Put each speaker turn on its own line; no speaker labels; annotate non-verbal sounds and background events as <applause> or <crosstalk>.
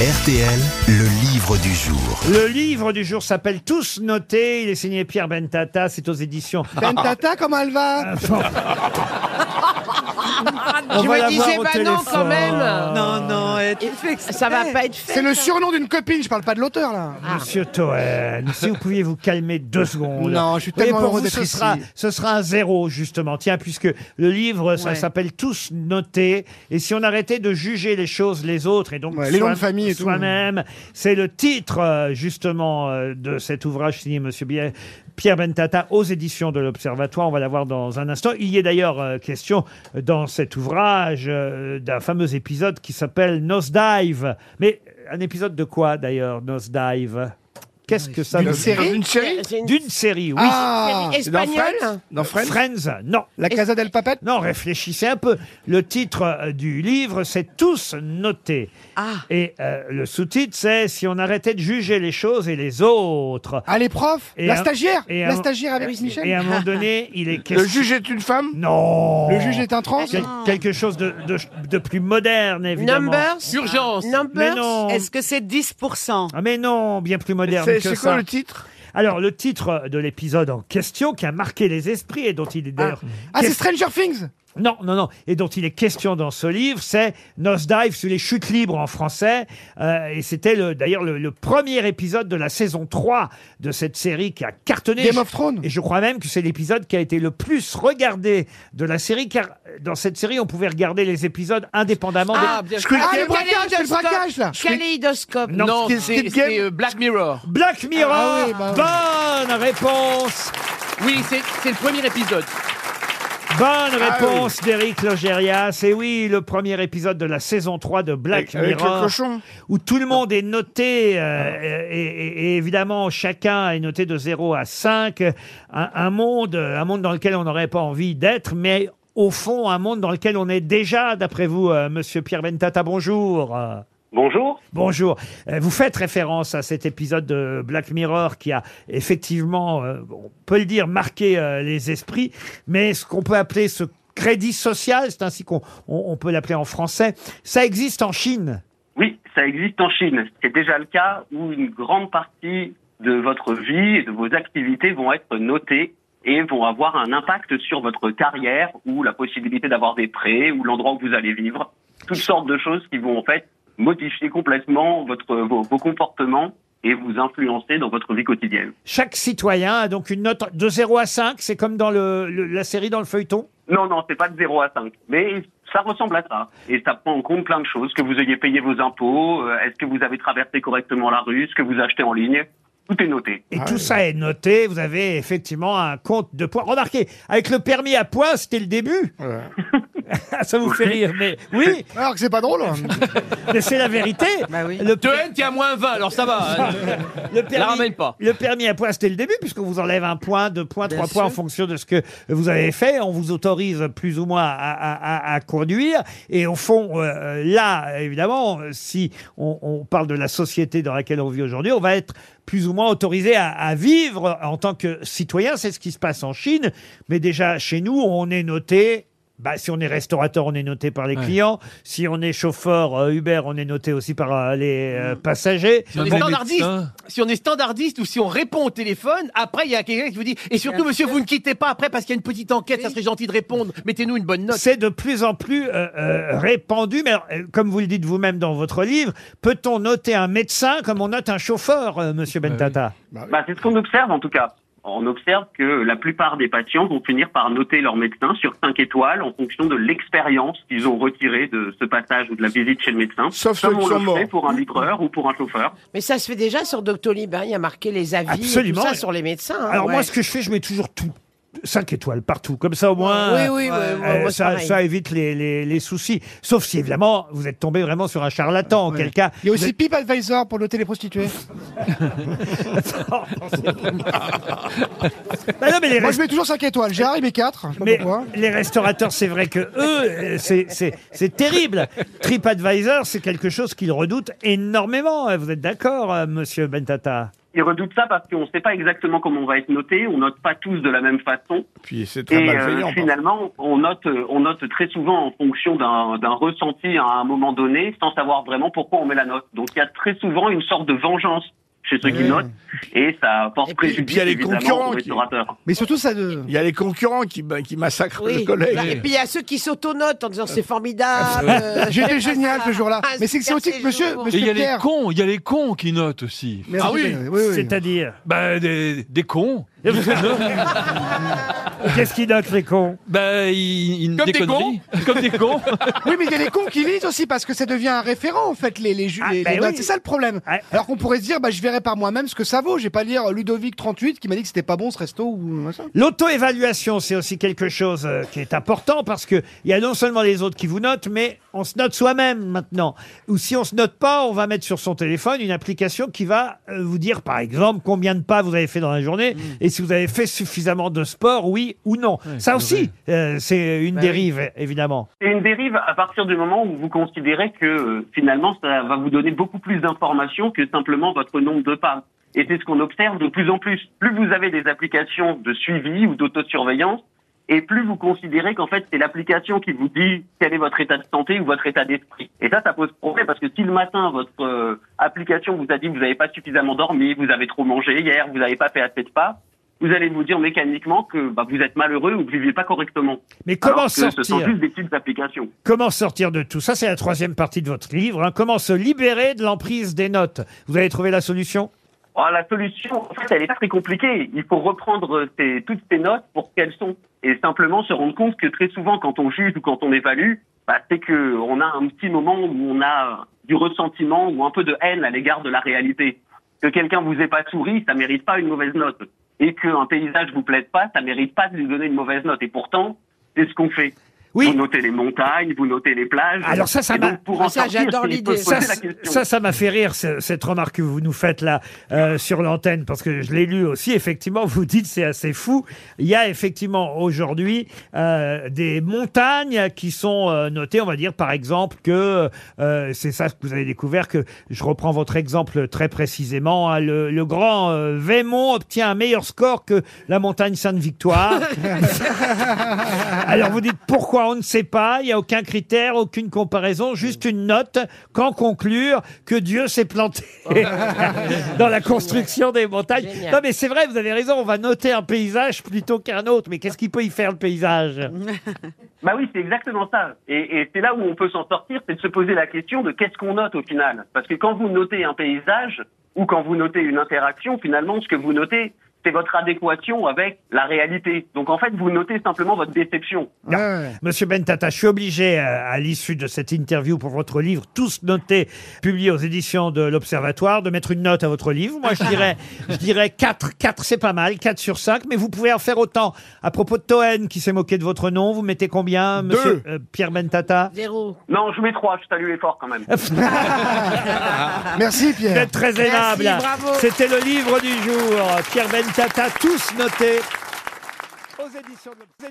RTL, le livre du jour.
Le livre du jour s'appelle Tous notés. Il est signé Pierre Bentata. C'est aux éditions.
<laughs> Ben Tata, comment elle
Ah,
va
Je me disais, bah non, quand même.
Non, non, elle est
Ça va pas être fait.
C'est le surnom d'une copine, je parle pas de l'auteur là.
Monsieur Toen, si vous pouviez vous calmer deux secondes.
Non, je suis
Vous voyez,
tellement
pour
heureux
vous,
d'être
ce
ici.
sera, ce sera un zéro, justement. Tiens, puisque le livre, ça
Ouais.
s'appelle Tous notés. Et si on arrêtait de juger les choses, les autres, et donc
Ouais, les
soi-
noms de famille et tout.
soi-même, c'est le titre, euh, justement, euh, de cet ouvrage signé Monsieur Bier- Pierre Bentata aux éditions de l'Observatoire. On va la voir dans un instant. Il y est d'ailleurs euh, question euh, dans cet ouvrage euh, d'un fameux épisode qui s'appelle Nosedive. Mais un épisode de quoi, d'ailleurs, Nosedive Qu'est-ce que ça veut
D'une
dire
série
Une série C'est une
d'une série, oui.
Ah
série espagnole.
Dans Friends
Friends, non.
La Casa del Papel
Non, réfléchissez un peu. Le titre euh, du livre, c'est Tous notés. Et euh, le sous-titre, c'est Si on arrêtait de juger les choses et les autres.
Ah, les profs
Et
La
un-
stagiaire
et
La
un-
stagiaire avec Michel
Et à un moment donné, il est question.
Le juge est une femme
Non
Le juge est un trans
Quel- Quelque chose de, de, de plus moderne, évidemment.
Numbers. Ah,
Urgence.
Mais
Numbers.
non
Est-ce que c'est 10%
Ah, mais non, bien plus moderne que
C'est c'est
ça.
quoi le titre
Alors, le titre de l'épisode en question, qui a marqué les esprits et dont il est d'ailleurs
Ah, c'est Stranger Things
Non, non, non. Et dont il est question dans ce livre, c'est Nosedive sur les chutes libres en français. Euh, et c'était le- d'ailleurs le, le premier épisode de la saison 3 de cette série qui a cartonné.
Game of Thrones
Et je crois même que c'est l'épisode qui a été le plus regardé de la série, car dans cette série, on pouvait regarder les épisodes indépendamment. des-
Ah, bien sûr.
Squid
Ah,
Game
le braquage, c'est le braquage là
Kaléidoscope.
non,
Non,
Squid-
c'est
Squid Game.
c'est, euh, Black Mirror.
Black Mirror.
Ah oui,
Bonne réponse.
Oui, c'est c'est le premier épisode.
Ah
Bonne réponse d'Éric Logérias. Et oui, le premier épisode de la saison 3 de Black
Avec-
euh,
avec
Mirror.
le cochon.
Où tout le monde est noté, euh, et, et- et évidemment, chacun est noté de 0 à 5. Un, un monde, un monde dans lequel on n'aurait pas envie d'être, mais au fond, un monde dans lequel on est déjà, d'après vous, euh, monsieur Pierre Bentata, bonjour. Euh,
Bonjour.
Bonjour. Euh, Vous faites référence à cet épisode de Black Mirror qui a effectivement, euh, on peut le dire, marqué euh, les esprits, mais ce qu'on peut appeler ce crédit social, c'est ainsi qu'on on- on peut l'appeler en français, ça existe en Chine.
Oui, ça existe en Chine. C'est déjà le cas où une grande partie de votre vie et de vos activités vont être notées et vont avoir un impact sur votre carrière ou la possibilité d'avoir des prêts ou l'endroit où vous allez vivre. Toutes sortes de choses qui vont en fait modifier complètement votre, vos, vos comportements et vous influencer dans votre vie quotidienne.
Chaque citoyen a donc une note de 0 à 5, c'est comme dans le- le- la série dans le feuilleton.
Non, non, c'est pas de 0 à 5, mais ça ressemble à ça. Et ça prend en compte plein de choses, que vous ayez payé vos impôts, euh, est-ce que vous avez traversé correctement la rue, ce que vous achetez en ligne, tout est noté.
Et tout ça est noté, vous avez effectivement un compte de points. Remarquez, avec le permis à points, c'était le début. <laughs> Ah, ça vous fait rire, mais oui,
Alors que c'est pas drôle hein.
mais c'est la vérité.
Bah
Ah Le
De N qui a moins 20, alors ça va. hein.
Le permis,
La ramène pas.
le permis à points, c'était le début, puisqu'on vous enlève un point, deux points, trois points en fonction de ce que vous avez fait. On vous autorise plus ou moins à, à- à- à conduire. Et au fond, euh, là, évidemment, si on, on parle de la société dans laquelle on vit aujourd'hui, on va être plus ou moins autorisé à, à vivre en tant que citoyen. C'est ce qui se passe en Chine. Mais déjà, chez nous, on est noté bah, si on est restaurateur, on est noté par les clients. Si on est chauffeur euh, Uber, on est noté aussi par euh, les euh, passagers.
Si on est
Bon,
standardiste, si on est standardiste ou si on répond au téléphone, après il y a quelqu'un qui vous dit et surtout monsieur vous ne quittez pas après parce qu'il y a une petite enquête, ça serait gentil de répondre, mettez-nous une bonne note.
C'est de plus en plus euh, euh, répandu, mais alors, euh, comme vous le dites vous-même dans votre livre, peut-on noter un médecin comme on note un chauffeur, euh, monsieur Bentata
Bah, c'est ce qu'on observe en tout cas. On observe que la plupart des patients vont finir par noter leur médecin sur 5 étoiles en fonction de l'expérience qu'ils ont retirée de ce passage ou de la visite chez le médecin.
Sauf
comme
ceux qui
on
sont
le
morts.
fait pour un livreur ou pour un chauffeur.
Mais ça se fait déjà sur Doctolib. hein, Il y a marqué les avis
Absolument.
et tout ça sur les médecins. hein,
Alors moi,
ouais.
ce que je fais, je mets toujours tout. 5 étoiles partout, comme ça au moins.
Oui,
euh,
oui, oui,
euh,
oui,
euh,
moi, c'est
ça,
pareil.
ça évite les, les- les soucis. Sauf si évidemment vous êtes tombé vraiment sur un charlatan, auquel cas.
Il y a aussi Pipe Advisor pour noter les prostituées.
Bah non, mais les
Moi
restes-
je mets toujours 5 étoiles, Gérard il met 4. Je sais pas
Mais
pourquoi.
les restaurateurs, c'est vrai que eux, euh, c'est- c'est c'est terrible. TripAdvisor, c'est quelque chose qu'ils redoutent énormément. Vous êtes d'accord, euh, monsieur Bentata
ils redoutent ça parce qu'on ne sait pas exactement comment on va être noté, on note pas tous de la même façon.
Puis c'est très
Et euh,
malveillant. parfois.
finalement, on note, euh, on note très souvent en fonction d'un d'un ressenti à un moment donné, sans savoir vraiment pourquoi on met la note. Donc il y a très souvent une sorte de vengeance chez ceux qui notent, et ça porte
Et puis-
et puis, il y
préjudice
a les
évidemment
concurrents
aux
qui-
restaurateurs.
Mais surtout, ça de.
Il y a les concurrents qui, ma- qui massacrent
Oui.
le collègue.
Bah, et puis il y a ceux qui s'autonotent en disant c'est formidable. euh,
J'étais génial ce jour-là.
Ah,
Mais c'est que c'est aussi
super
que monsieur,
séjour.
Et il y
monsieur
a les
Pierre.
cons, il y a les cons qui notent aussi.
Merci,
Ah oui.
Pierre. oui, oui.
C'est-à-dire
Bah, des, des cons.
<laughs> Qu'est-ce qui note les cons
Bah, ils, ils-
Comme des
conneries. Comme des cons.
Oui, mais il y a les cons qui lisent aussi parce que ça devient un référent en fait les les, ju-
Ah,
les-
bah
les notes.
oui.
C'est ça le problème.
Ouais.
Alors qu'on pourrait se dire bah je verrai par moi-même ce que ça vaut. J'ai pas lire Ludovic 38 qui m'a dit que c'était pas bon ce resto ou machin.
L'auto-évaluation, c'est aussi quelque chose euh, qui est important parce que il y a non seulement les autres qui vous notent, mais on se note soi-même maintenant. Ou si on se note pas, on va mettre sur son téléphone une application qui va euh, vous dire, par exemple, combien de pas vous avez fait dans la
Mm.
journée et si vous avez fait suffisamment de sport, oui ou non. Ça aussi, euh, c'est
Bah
une dérive, évidemment.
C'est une dérive à partir du moment où vous considérez que euh, finalement ça va vous donner beaucoup plus d'informations que simplement votre nombre de pas. Et c'est ce qu'on observe de plus en plus. Plus vous avez des applications de suivi ou d'autosurveillance, et plus vous considérez qu'en fait c'est l'application qui vous dit quel est votre état de santé ou votre état d'esprit. Et ça, ça pose problème parce que si le matin votre euh, application vous a dit que vous n'avez pas suffisamment dormi, vous avez trop mangé hier, vous n'avez pas fait assez de pas, vous allez vous dire mécaniquement que bah, vous êtes malheureux ou que vous vivez pas correctement.
Mais comment
Alors que ce sont
sortir
juste des petites applications.
Comment sortir de tout ça C'est la troisième partie de votre livre. hein. Comment se libérer de l'emprise des notes Vous avez trouvé la solution
Oh, la solution, en fait, elle est pas très compliquée. Il faut reprendre ces- toutes ces notes pour ce qu'elles sont et simplement se rendre compte que très souvent, quand on juge ou quand on évalue, bah, c'est que on a un petit moment où on a du ressentiment ou un peu de haine à l'égard de la réalité. Que quelqu'un vous ait pas souri, ça mérite pas une mauvaise note. Et qu'un paysage vous plaise pas, ça mérite pas de lui donner une mauvaise note. Et pourtant, c'est ce qu'on fait.
Oui.
Vous notez les montagnes, vous notez les plages.
Alors ça, ça
Et
m'a-
donc, pour
Ah,
en
ça,
sortir,
j'adore
il faut se
l'idée.
poser
ça,
la
c-
question.
ça, ça m'a fait rire, ce- cette remarque que vous nous faites là euh, sur l'antenne, parce que je l'ai lu aussi. Effectivement, vous dites c'est assez fou. Il y a effectivement aujourd'hui euh, des montagnes qui sont euh, notées. On va dire par exemple que euh, c'est ça que vous avez découvert. Que je reprends votre exemple très précisément. hein, le, le grand euh, Vémont obtient un meilleur score que la montagne Sainte-Victoire. Alors vous dites pourquoi on ne sait pas, il n'y a aucun critère, aucune comparaison, juste une note. Qu'en conclure que Dieu s'est planté dans la construction des montagnes.
Génial.
Non mais c'est vrai, vous avez raison, on va noter un paysage plutôt qu'un autre. Mais qu'est-ce qu'il peut y faire le paysage
Bah oui, c'est exactement ça. Et, et c'est là où on peut s'en sortir, c'est de se poser la question de qu'est-ce qu'on note au final. Parce que quand vous notez un paysage ou quand vous notez une interaction, finalement, ce que vous notez, c'est votre adéquation avec la réalité. Donc en fait, vous notez simplement votre déception.
Ouais, ouais.
Monsieur Bentata, je suis obligé, euh, à l'issue de cette interview pour votre livre, tous notés, publié aux éditions de l'Observatoire, de mettre une note à votre livre. Moi, je dirais, je dirais 4, 4 c'est pas mal, 4 sur 5, mais vous pouvez en faire autant. À propos de Toen, qui s'est moqué de votre nom, vous mettez combien, monsieur euh, Pierre Bentata <laughs>
Zéro.
Non, je mets trois, je salue l'effort quand même.
Merci
Vous
Pierre.
êtes très aimable.
bravo.
C'était le livre du jour. Pierre Bentata, tous notés. Aux éditions de l'Obs-